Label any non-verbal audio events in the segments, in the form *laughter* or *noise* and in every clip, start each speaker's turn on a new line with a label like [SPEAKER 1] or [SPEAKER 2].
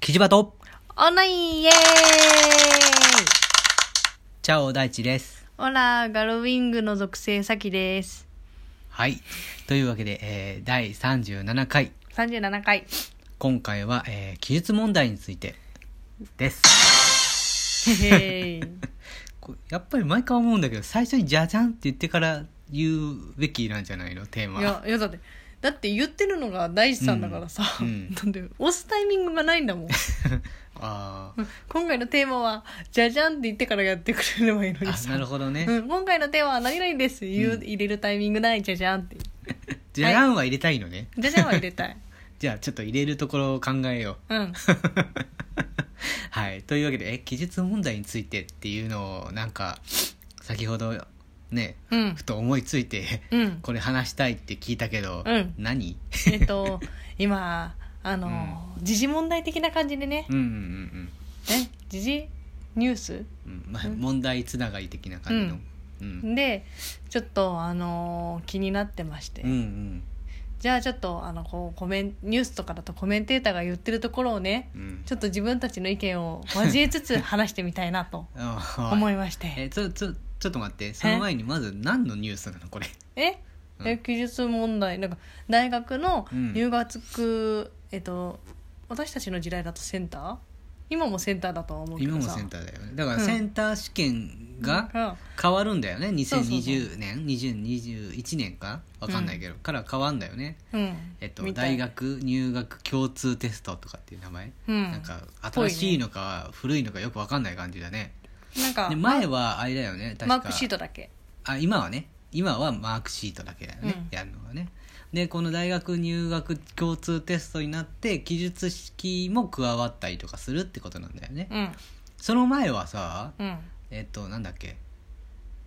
[SPEAKER 1] キジバト
[SPEAKER 2] オンラインイエーイ
[SPEAKER 1] チャオ大地です。
[SPEAKER 2] オラガロウィングの属性さきです。
[SPEAKER 1] はい。というわけで、えー、第37回。
[SPEAKER 2] 37回。
[SPEAKER 1] 今回は、えー、記述問題についてです。
[SPEAKER 2] へー
[SPEAKER 1] こやっぱり毎回思うんだけど、最初にじゃじゃんって言ってから言うべきなんじゃないのテーマ。
[SPEAKER 2] *laughs* いや、いやだって、だって言ってるのが大地さんだからさ、
[SPEAKER 1] うんうん
[SPEAKER 2] なんで、押すタイミングがないんだもん。
[SPEAKER 1] *laughs* あ
[SPEAKER 2] 今回のテーマは、じゃじゃんって言ってからやってくれればいいの
[SPEAKER 1] ー
[SPEAKER 2] に
[SPEAKER 1] あ、な
[SPEAKER 2] さ。
[SPEAKER 1] るほどね。
[SPEAKER 2] うん、今回のテーマは何々です。言う、入れるタイミングない、じゃじゃんって。
[SPEAKER 1] じゃじゃんは入れたいのね。
[SPEAKER 2] じゃじゃんは入れたい。
[SPEAKER 1] じゃあ、ちょっと入れるところを考えよう。
[SPEAKER 2] うん。
[SPEAKER 1] はい、というわけでえ記述問題についてっていうのをなんか先ほどね
[SPEAKER 2] うん
[SPEAKER 1] ふ。と思いついて、
[SPEAKER 2] うん
[SPEAKER 1] これ話したいって聞いたけど、
[SPEAKER 2] うん
[SPEAKER 1] 何
[SPEAKER 2] えっと、今、あの、時事問題的な感じでね
[SPEAKER 1] う、んうん
[SPEAKER 2] え、時事ニュース
[SPEAKER 1] うんうん、まあ、問題つながり的な感じの、うん
[SPEAKER 2] でちょっとあのー気になってまして、
[SPEAKER 1] うんうん
[SPEAKER 2] じゃあちょっとあのこうコメンニュースとかだとコメンテーターが言ってるところをね
[SPEAKER 1] うん
[SPEAKER 2] ちょっと自分たちの意見を交えつつ話してみたいなと
[SPEAKER 1] あ *laughs* はい
[SPEAKER 2] 思いまして
[SPEAKER 1] えちょちょちょっと待ってその前にまず何のニュースなのこれ
[SPEAKER 2] え
[SPEAKER 1] うん
[SPEAKER 2] え記述問題なんか大学の
[SPEAKER 1] うん
[SPEAKER 2] 入学、えっと私たちの時代だとセンター今もセンターだとは思うけ
[SPEAKER 1] 今
[SPEAKER 2] ど
[SPEAKER 1] も
[SPEAKER 2] さ
[SPEAKER 1] センターだよねだから
[SPEAKER 2] うん
[SPEAKER 1] センター試験が、
[SPEAKER 2] が
[SPEAKER 1] 変わるんだよね
[SPEAKER 2] そうそうそう
[SPEAKER 1] 2020年2021年かわかんないけど、から変わるんだよね
[SPEAKER 2] うん
[SPEAKER 1] えっと
[SPEAKER 2] みたい
[SPEAKER 1] 大学入学共通テストとかっていう名前、
[SPEAKER 2] うん
[SPEAKER 1] なんか新しいのか古いのかよくわかんない感じだね
[SPEAKER 2] なんか
[SPEAKER 1] で前はあれだよね確か
[SPEAKER 2] マークシートだけ
[SPEAKER 1] あ今はね今はマークシートだけだよね、
[SPEAKER 2] う
[SPEAKER 1] やるのはねでこの大学入学共通テストになって記述式も加わったりとかするってことなんだよね、
[SPEAKER 2] うん
[SPEAKER 1] その前はさ
[SPEAKER 2] うん
[SPEAKER 1] えっとなんだっけ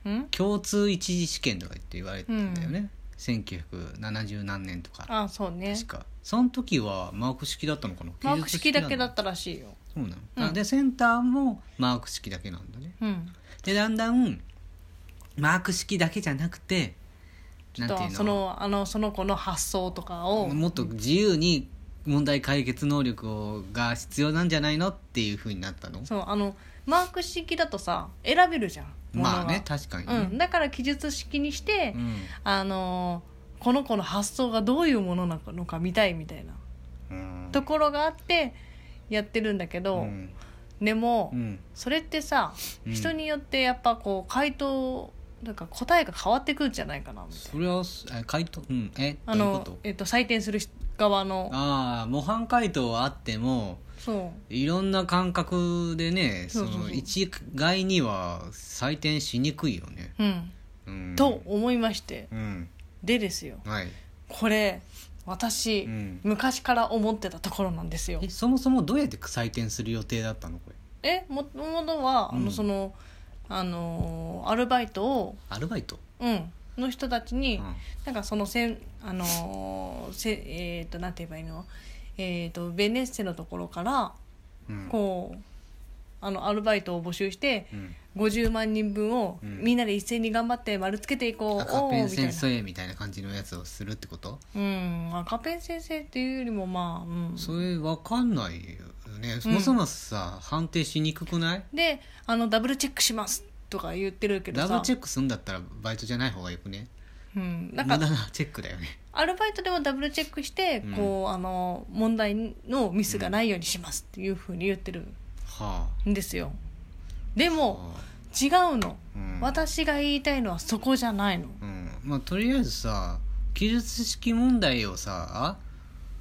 [SPEAKER 2] うん
[SPEAKER 1] 共通一次試験とか言って言われてんだよね、1970何年とか
[SPEAKER 2] あそうね
[SPEAKER 1] 確かその時はマーク式だったのかな
[SPEAKER 2] マーク式だけだったたらしいよ。
[SPEAKER 1] そうなの、
[SPEAKER 2] うん
[SPEAKER 1] あでセンターもマーク式だけなんだね
[SPEAKER 2] うん。
[SPEAKER 1] でだんだんマーク式だけじゃなくて
[SPEAKER 2] ちょっ
[SPEAKER 1] なんてい
[SPEAKER 2] と
[SPEAKER 1] うの
[SPEAKER 2] そのあのその子の発想とかを。
[SPEAKER 1] もっと自由に問題解決能力をが必要なんじゃないのっていうふうになったの
[SPEAKER 2] そうあのマーク式だとさ選べるじゃん。
[SPEAKER 1] まあね
[SPEAKER 2] も
[SPEAKER 1] 確かに
[SPEAKER 2] のがうん。
[SPEAKER 1] ね、
[SPEAKER 2] だから記述式にして、
[SPEAKER 1] うん
[SPEAKER 2] あのーこの子の発想がどういうものなのか見たいみたいな
[SPEAKER 1] うん
[SPEAKER 2] ところがあってやってるんだけど、
[SPEAKER 1] うん
[SPEAKER 2] でも、
[SPEAKER 1] うん
[SPEAKER 2] それってさ
[SPEAKER 1] うん
[SPEAKER 2] 人によってやっぱこう回答なんか答えが変わってくるんじゃないかなみたいな。
[SPEAKER 1] それはえ回答うんえ
[SPEAKER 2] あ
[SPEAKER 1] どういうこ
[SPEAKER 2] の
[SPEAKER 1] と
[SPEAKER 2] えっと採点する側の
[SPEAKER 1] ああ模範解答はあっても
[SPEAKER 2] そう
[SPEAKER 1] いろんな感覚でね
[SPEAKER 2] そ
[SPEAKER 1] そう
[SPEAKER 2] そうそう
[SPEAKER 1] の一概には採点しにくいよね、
[SPEAKER 2] うん、
[SPEAKER 1] うん、
[SPEAKER 2] と思いまして
[SPEAKER 1] うん
[SPEAKER 2] でですよ
[SPEAKER 1] はい、
[SPEAKER 2] これ私、
[SPEAKER 1] うん
[SPEAKER 2] 昔から思ってたところなんですよ
[SPEAKER 1] えそもそもどうやって採点する予定だったのこれ
[SPEAKER 2] えもともとは、あ
[SPEAKER 1] う
[SPEAKER 2] の
[SPEAKER 1] ん
[SPEAKER 2] そのあのーアルバイトを、
[SPEAKER 1] アルバイト、
[SPEAKER 2] うん、の人たちに、
[SPEAKER 1] うん
[SPEAKER 2] なんかそのせんあのーせえっ、となんて言えばいいのえっ、とベネッセのところから
[SPEAKER 1] うん
[SPEAKER 2] こうあのアルバイトを募集して
[SPEAKER 1] うん
[SPEAKER 2] 50万人分を、
[SPEAKER 1] うん
[SPEAKER 2] みんなで一斉に頑張って丸つけていこう
[SPEAKER 1] 赤
[SPEAKER 2] お
[SPEAKER 1] ペ
[SPEAKER 2] ー
[SPEAKER 1] ン
[SPEAKER 2] みたい
[SPEAKER 1] 先
[SPEAKER 2] な
[SPEAKER 1] 生みたいな感じのやつをするってこと
[SPEAKER 2] うん赤ペン先生っていうよりもまあ、うん、
[SPEAKER 1] それ分かんないよねそもそもさ、判定しにくくない
[SPEAKER 2] であのダブルチェックしますとか言ってるけど
[SPEAKER 1] ダ
[SPEAKER 2] さ
[SPEAKER 1] ブルチェックするんだったらバイトじゃない方がよくね
[SPEAKER 2] うん、な
[SPEAKER 1] 無
[SPEAKER 2] ん
[SPEAKER 1] 駄
[SPEAKER 2] か
[SPEAKER 1] なチェックだよね
[SPEAKER 2] アルバイトでもダブルチェックして、
[SPEAKER 1] うん
[SPEAKER 2] こうあの問題のミスがないようにしますっていうふうに言ってる
[SPEAKER 1] は
[SPEAKER 2] んですよで
[SPEAKER 1] あ、
[SPEAKER 2] も
[SPEAKER 1] はあ
[SPEAKER 2] 違うの、
[SPEAKER 1] うん
[SPEAKER 2] 私が言いたいのはそこじゃないの
[SPEAKER 1] うん、まあとりあえずさ記述式問題をさ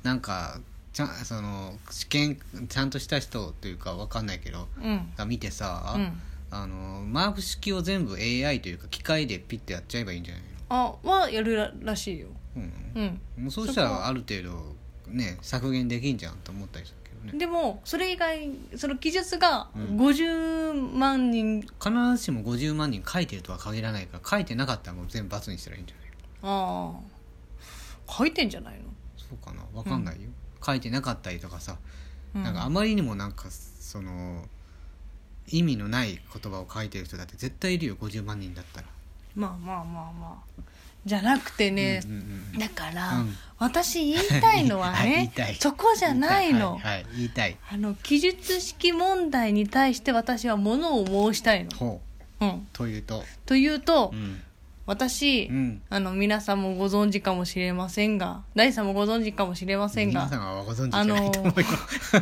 [SPEAKER 1] なんかちゃんその試験ちゃんとした人というかわかんないけど
[SPEAKER 2] うん
[SPEAKER 1] が見てさ、
[SPEAKER 2] うん
[SPEAKER 1] あのマーク式を全部 AI というか機械でピッてやっちゃえばいいんじゃない
[SPEAKER 2] あはやるららしいよ
[SPEAKER 1] の、
[SPEAKER 2] うん
[SPEAKER 1] うん、もうそうしたらある程度ね削減できんじゃんと思ったりするけどね
[SPEAKER 2] でもそれ以外その記述が
[SPEAKER 1] うん
[SPEAKER 2] 50万人、
[SPEAKER 1] 必ずしも50万人書いてるとは限らないから書いてなかったらもう全部罰にしたらいいんじゃない
[SPEAKER 2] ああ書いてんじゃないの
[SPEAKER 1] そうかなわかんないよ、書いてなかったりとかさ
[SPEAKER 2] う
[SPEAKER 1] なんかあまりにもなんかその意味のない言葉を書いてる人だって絶対いるよ50万人だったら
[SPEAKER 2] まあまあまあまあじゃなくてね、
[SPEAKER 1] うんうんうん
[SPEAKER 2] だから、
[SPEAKER 1] うん
[SPEAKER 2] 私言いたいのは
[SPEAKER 1] *laughs* 言い
[SPEAKER 2] ね
[SPEAKER 1] たい
[SPEAKER 2] そこじゃないの、
[SPEAKER 1] はい、はい言いたい
[SPEAKER 2] あの記述式問題に対して私はものを申したいの。
[SPEAKER 1] ほう
[SPEAKER 2] うん、
[SPEAKER 1] というと
[SPEAKER 2] というと、
[SPEAKER 1] うん
[SPEAKER 2] 私、
[SPEAKER 1] うん
[SPEAKER 2] あの皆さんもご存知かもしれませんが大さんもご存知かもしれません
[SPEAKER 1] 皆さ
[SPEAKER 2] が
[SPEAKER 1] んはご存知じゃないと思います、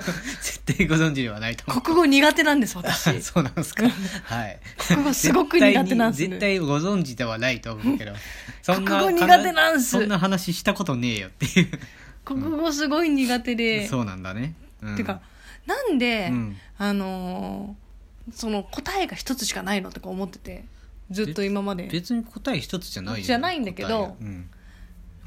[SPEAKER 1] *laughs* 絶対ご存知ではないと思う
[SPEAKER 2] 国語苦手なんです
[SPEAKER 1] *laughs*
[SPEAKER 2] 私
[SPEAKER 1] そうなんですかはい
[SPEAKER 2] 国語 *laughs* すごく苦手なんです
[SPEAKER 1] 絶対に絶対ご存知ではないと思うけどそんな
[SPEAKER 2] 国語 *laughs* 苦手なんす
[SPEAKER 1] そんな話したことねえよっていう、
[SPEAKER 2] 国語すごい苦手で、
[SPEAKER 1] *laughs* そうなんだね、うん、
[SPEAKER 2] てかなんで、
[SPEAKER 1] うん
[SPEAKER 2] あのーその答えが一つしかないのとか思っててずっと今まで
[SPEAKER 1] 別に答え一つじゃないよ
[SPEAKER 2] じゃないんだけ
[SPEAKER 1] 答
[SPEAKER 2] ど
[SPEAKER 1] えうん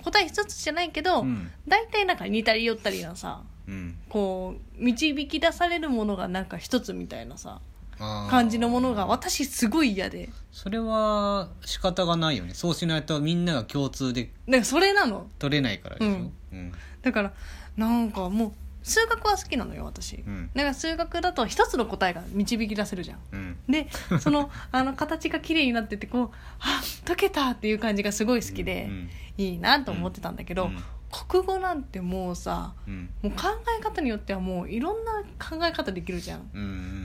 [SPEAKER 2] 答え一つじゃないけど、
[SPEAKER 1] うん
[SPEAKER 2] 大体なんか似たり寄ったりなさ
[SPEAKER 1] うん
[SPEAKER 2] こう導き出されるものがなんか一つみたいなさ
[SPEAKER 1] あー
[SPEAKER 2] 感じのものが私すごい嫌で
[SPEAKER 1] それは仕方がないよねそうしないとみんなが共通で
[SPEAKER 2] なんかそれなの
[SPEAKER 1] 取れないからでしょ、
[SPEAKER 2] うんだからなんかもう数学は好きなのよ私、
[SPEAKER 1] ん
[SPEAKER 2] だから数学だと一つの答えが導き出せるじゃん
[SPEAKER 1] うん
[SPEAKER 2] で
[SPEAKER 1] *laughs*
[SPEAKER 2] そのあの形が綺麗になっててこうあ解けたっていう感じがすごい好きで、
[SPEAKER 1] うん
[SPEAKER 2] いいなと思ってたんだけど、
[SPEAKER 1] うん
[SPEAKER 2] 国語なんてもうさ
[SPEAKER 1] うん
[SPEAKER 2] もう考え方によってはもういろんな考え方できるじゃん。
[SPEAKER 1] う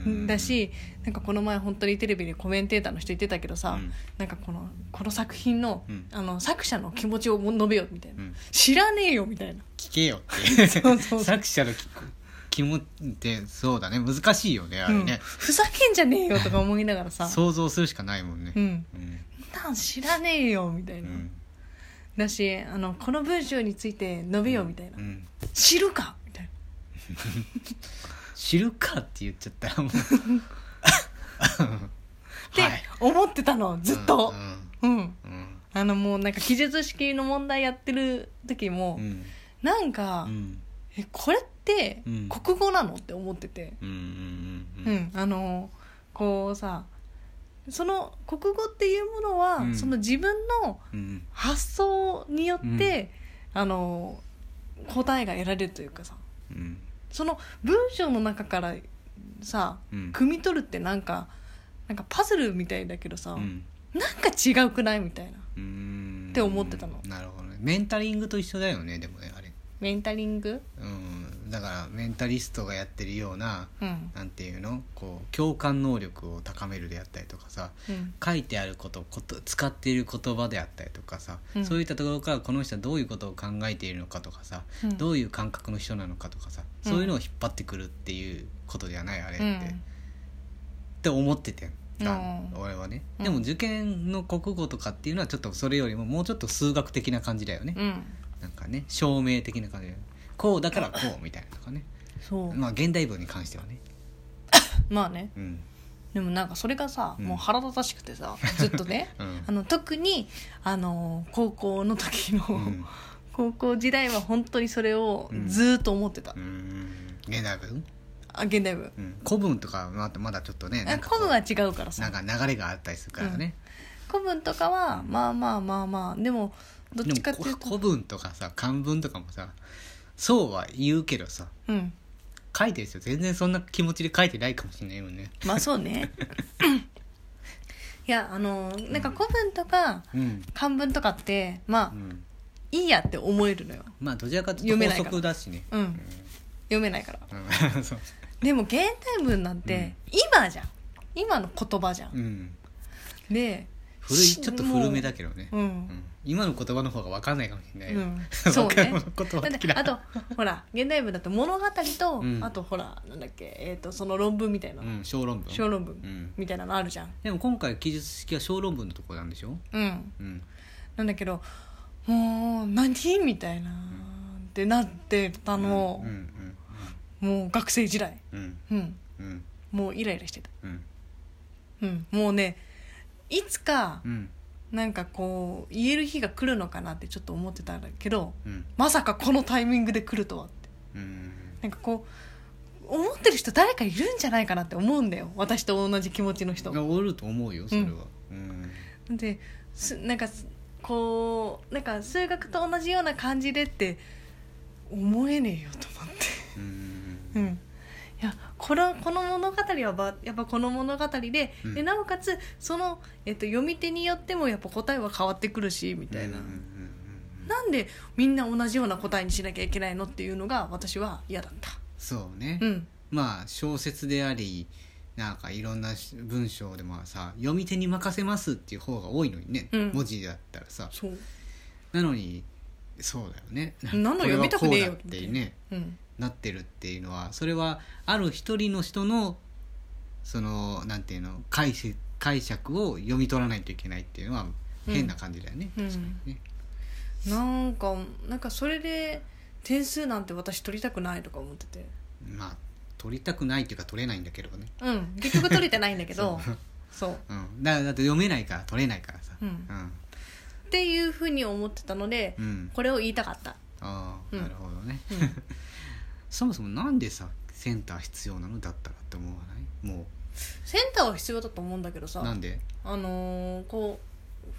[SPEAKER 1] ん
[SPEAKER 2] だしなんかこの前本当にテレビでコメンテーターの人言ってたけどさ、
[SPEAKER 1] うん
[SPEAKER 2] なんかこのこの作品の,、
[SPEAKER 1] うん
[SPEAKER 2] あの作者の気持ちを述べよみたいな、
[SPEAKER 1] うん
[SPEAKER 2] 知らねえよみたいな
[SPEAKER 1] 聞けよって
[SPEAKER 2] *laughs* そうそうそう
[SPEAKER 1] 作者の気気持ちってそうだね難しいよねあれ
[SPEAKER 2] うん
[SPEAKER 1] ね、
[SPEAKER 2] ふざけんじゃねえよとか思いながらさ
[SPEAKER 1] 想像するしかないもんね
[SPEAKER 2] うん
[SPEAKER 1] うん
[SPEAKER 2] なん知らねえよみたいうな、
[SPEAKER 1] ん
[SPEAKER 2] だしあのこの文章について述べよみたいな、
[SPEAKER 1] うん
[SPEAKER 2] 知るかみたいな
[SPEAKER 1] 知るかって言っちゃったらもう
[SPEAKER 2] って思ってたの *laughs* ずっと
[SPEAKER 1] うん
[SPEAKER 2] う
[SPEAKER 1] う
[SPEAKER 2] ん、
[SPEAKER 1] ん
[SPEAKER 2] あのもうなんか記述式の問題やってる時も、
[SPEAKER 1] うん
[SPEAKER 2] なんか、
[SPEAKER 1] うん
[SPEAKER 2] えこれって
[SPEAKER 1] うん
[SPEAKER 2] 国語なのって思ってて
[SPEAKER 1] うんうんうん
[SPEAKER 2] うん、あのこうさその国語っていうものは、
[SPEAKER 1] うん
[SPEAKER 2] その自分の
[SPEAKER 1] うん
[SPEAKER 2] 発想によって、あの答えが得られるというかさ
[SPEAKER 1] うん
[SPEAKER 2] その文章の中からさ
[SPEAKER 1] うん
[SPEAKER 2] 汲み取るってなんかなんかパズルみたいだけどさ、
[SPEAKER 1] うん
[SPEAKER 2] なんか違うくないみたいな
[SPEAKER 1] うん
[SPEAKER 2] って思ってたの
[SPEAKER 1] なるほどねメンタリングと一緒だよねでもねあれ
[SPEAKER 2] メンタリング、
[SPEAKER 1] うんだからメンタリストがやってるような
[SPEAKER 2] うん
[SPEAKER 1] なんていうのこう共感能力を高めるであったりとかさ
[SPEAKER 2] うん
[SPEAKER 1] 書いてあることこと使っている言葉であったりとかさ、
[SPEAKER 2] うん
[SPEAKER 1] そういったところからこの人はどういうことを考えているのかとかさ、
[SPEAKER 2] うん
[SPEAKER 1] どういう感覚の人なのかとかさ、
[SPEAKER 2] うん
[SPEAKER 1] そういうのを引っ張ってくるっていうことじゃないあれって、
[SPEAKER 2] う
[SPEAKER 1] っ
[SPEAKER 2] ん
[SPEAKER 1] て思っててんだ
[SPEAKER 2] うん
[SPEAKER 1] 俺はね、
[SPEAKER 2] うん
[SPEAKER 1] でも受験の国語とかっていうのはちょっとそれよりももうちょっと数学的な感じだよね、
[SPEAKER 2] うん
[SPEAKER 1] なんかね証明的な感じだよねこうだからこうみたいなとかね
[SPEAKER 2] そう
[SPEAKER 1] まあ現代文に関してはね
[SPEAKER 2] まあね
[SPEAKER 1] うん
[SPEAKER 2] でもなんかそれがさ、
[SPEAKER 1] うん
[SPEAKER 2] もう腹立たしくてさずっと
[SPEAKER 1] *laughs*
[SPEAKER 2] ね
[SPEAKER 1] うん
[SPEAKER 2] あの特にあの高校の時の、
[SPEAKER 1] うん
[SPEAKER 2] 高校時代は本当にそれを
[SPEAKER 1] うん
[SPEAKER 2] ずーっと思ってた、
[SPEAKER 1] うん現代文
[SPEAKER 2] あ現代文
[SPEAKER 1] うん古文とかはまだまだちょっとねなんかこう
[SPEAKER 2] 古文は違うから
[SPEAKER 1] な
[SPEAKER 2] さ
[SPEAKER 1] んか流れがあったりするからね、
[SPEAKER 2] 古文とかはまあまあまあまあでもどっちか
[SPEAKER 1] で
[SPEAKER 2] っ
[SPEAKER 1] も
[SPEAKER 2] ていう
[SPEAKER 1] こ
[SPEAKER 2] と
[SPEAKER 1] 古文とかさ漢文とかもさそうは言うけどさ
[SPEAKER 2] うん
[SPEAKER 1] 書いてる人全然そんな気持ちで書いてないかもしれないよね
[SPEAKER 2] まあそう
[SPEAKER 1] *laughs*
[SPEAKER 2] ねいやあのなんか古文とか
[SPEAKER 1] うん、
[SPEAKER 2] 漢文とかって
[SPEAKER 1] う
[SPEAKER 2] まあ
[SPEAKER 1] ん、
[SPEAKER 2] いいやって思えるのよ
[SPEAKER 1] まあどちらかという
[SPEAKER 2] 読め
[SPEAKER 1] と
[SPEAKER 2] ない
[SPEAKER 1] 法
[SPEAKER 2] から
[SPEAKER 1] 則だしね
[SPEAKER 2] うん読めないから
[SPEAKER 1] うん *laughs* そう
[SPEAKER 2] でも現代文なんて今じゃん今の言葉じゃん
[SPEAKER 1] うん
[SPEAKER 2] で
[SPEAKER 1] 古いちょっと古めだけどね、
[SPEAKER 2] もうう、
[SPEAKER 1] うんん今の言葉の方が分かんないかもしれないよ、
[SPEAKER 2] うん
[SPEAKER 1] *laughs*
[SPEAKER 2] そうね
[SPEAKER 1] 若い者の言葉
[SPEAKER 2] だっ
[SPEAKER 1] 的
[SPEAKER 2] て
[SPEAKER 1] な
[SPEAKER 2] あとほら現代文だと物語と、
[SPEAKER 1] うん
[SPEAKER 2] あとほらなんだっけ、えー、とその論文みたいな、
[SPEAKER 1] うん、小論文
[SPEAKER 2] 小論文、
[SPEAKER 1] うん
[SPEAKER 2] みたいなのあるじゃん、
[SPEAKER 1] でも今回記述式は小論文のとこなんでしょ、
[SPEAKER 2] うん、
[SPEAKER 1] うん、
[SPEAKER 2] なんだけどもう何みたいなってなってたの
[SPEAKER 1] う、ん
[SPEAKER 2] もう学生時代、
[SPEAKER 1] うんうん
[SPEAKER 2] うん、
[SPEAKER 1] うん
[SPEAKER 2] もうイライラしてた、
[SPEAKER 1] うん
[SPEAKER 2] うん、もうねいつか
[SPEAKER 1] うん
[SPEAKER 2] なんかこう言える日が来るのかなってちょっと思ってたんだけど
[SPEAKER 1] うん
[SPEAKER 2] まさかこのタイミングで来るとはって
[SPEAKER 1] うん
[SPEAKER 2] なんかこう思ってる人誰かいるんじゃないかなって思うんだよ私と同じ気持ちの人
[SPEAKER 1] いやおると思うよそれはうん
[SPEAKER 2] ですなんかすこうなんか数学と同じような感じでって思えねえよと思って
[SPEAKER 1] うん
[SPEAKER 2] うんいやここれこの物語はばやっぱこの物語で,、
[SPEAKER 1] うん
[SPEAKER 2] でなおかつその、えっと、読み手によってもやっぱ答えは変わってくるしみた
[SPEAKER 1] う
[SPEAKER 2] いな、
[SPEAKER 1] んうんうんうん
[SPEAKER 2] なんでみんな同じような答えにしなきゃいけないのっていうのが私は嫌だった。
[SPEAKER 1] そうね、
[SPEAKER 2] うん
[SPEAKER 1] まあ小説でありなんかいろんなし文章でもさ読み手に任せますっていう方が多いのにね、
[SPEAKER 2] うん
[SPEAKER 1] 文字だったらさ
[SPEAKER 2] そう
[SPEAKER 1] なのにそうだよね
[SPEAKER 2] んなの読みたくねえよ
[SPEAKER 1] これはこうだってね
[SPEAKER 2] うん
[SPEAKER 1] なってるっていうのはそれはある一人の人のそのなんていうの解釈解釈を読み取らないといけないっていうのは
[SPEAKER 2] うん
[SPEAKER 1] 変な感じだよね、
[SPEAKER 2] うん
[SPEAKER 1] 確かにね
[SPEAKER 2] なんかなんかそれで点数なんて私取りたくないとか思ってて
[SPEAKER 1] まあ取りたくないっていうか取れないんだけどね、
[SPEAKER 2] うん結局取れてないんだけど
[SPEAKER 1] そう
[SPEAKER 2] そう
[SPEAKER 1] うん、だだって読めないから取れないからさ
[SPEAKER 2] うんっていうふうに思ってたので、
[SPEAKER 1] うん、うん
[SPEAKER 2] これを言いたかった、
[SPEAKER 1] ああ、
[SPEAKER 2] うん
[SPEAKER 1] なるほどね
[SPEAKER 2] うん
[SPEAKER 1] *laughs* そもそもなんでさセンター必要なのだったらって思わないも
[SPEAKER 2] センターは必要だと思うんだけど
[SPEAKER 1] うな
[SPEAKER 2] さ
[SPEAKER 1] んで
[SPEAKER 2] あのーこう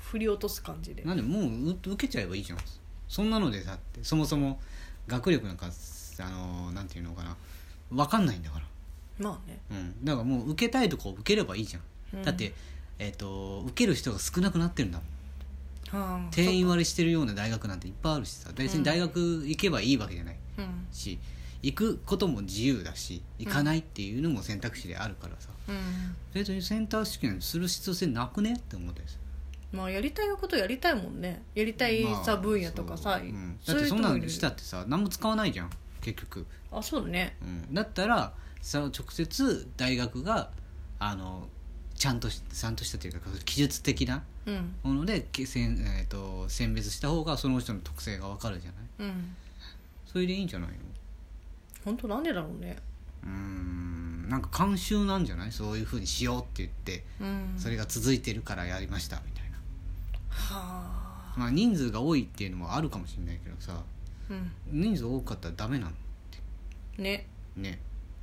[SPEAKER 2] 振り落とす感じで
[SPEAKER 1] なんでもうう受けちゃえばいいじゃんそんなのでだってそもそも学力なんかあのーなんていうのかな分かんないんだから
[SPEAKER 2] まあね、
[SPEAKER 1] うんだからもう受けたいとこ受ければいいじゃん、
[SPEAKER 2] うん
[SPEAKER 1] だってえっ、と受ける人が少なくなってるんだもん
[SPEAKER 2] はあ
[SPEAKER 1] 定員割れしてるような大学なんていっぱいあるしさ別に大学行けばいいわけじゃない
[SPEAKER 2] そっかうん
[SPEAKER 1] し行くことも自由だし行かないっていうのも選択肢であるからさ、
[SPEAKER 2] うん
[SPEAKER 1] 別にセンター試験する必要性なくねって思ったりする
[SPEAKER 2] まあやりたいことやりたいもんねやりたいさ、
[SPEAKER 1] まあ
[SPEAKER 2] 分野とかさ
[SPEAKER 1] そううんだ
[SPEAKER 2] そ
[SPEAKER 1] っ
[SPEAKER 2] うい
[SPEAKER 1] て
[SPEAKER 2] う
[SPEAKER 1] そんな
[SPEAKER 2] 人もい
[SPEAKER 1] ん
[SPEAKER 2] る
[SPEAKER 1] したってさ何も使わないじゃん結局、
[SPEAKER 2] あそうだね
[SPEAKER 1] うん、だったらさ直接大学があのちゃんとしちゃんとしたというか技術的な
[SPEAKER 2] うん
[SPEAKER 1] ものでけせん、えー、と選別した方がその人の特性がわかるじゃない
[SPEAKER 2] うん
[SPEAKER 1] それでいいんじゃないの
[SPEAKER 2] 本当なんでだろうね
[SPEAKER 1] うーんなんか慣習なんじゃないそういうふうにしようって言って
[SPEAKER 2] うん
[SPEAKER 1] それが続いてるからやりましたみたいな、
[SPEAKER 2] はあ
[SPEAKER 1] まあ、人数が多いっていうのもあるかもしれないけどさ
[SPEAKER 2] うん
[SPEAKER 1] 人数多かったらダメなの
[SPEAKER 2] ね
[SPEAKER 1] ね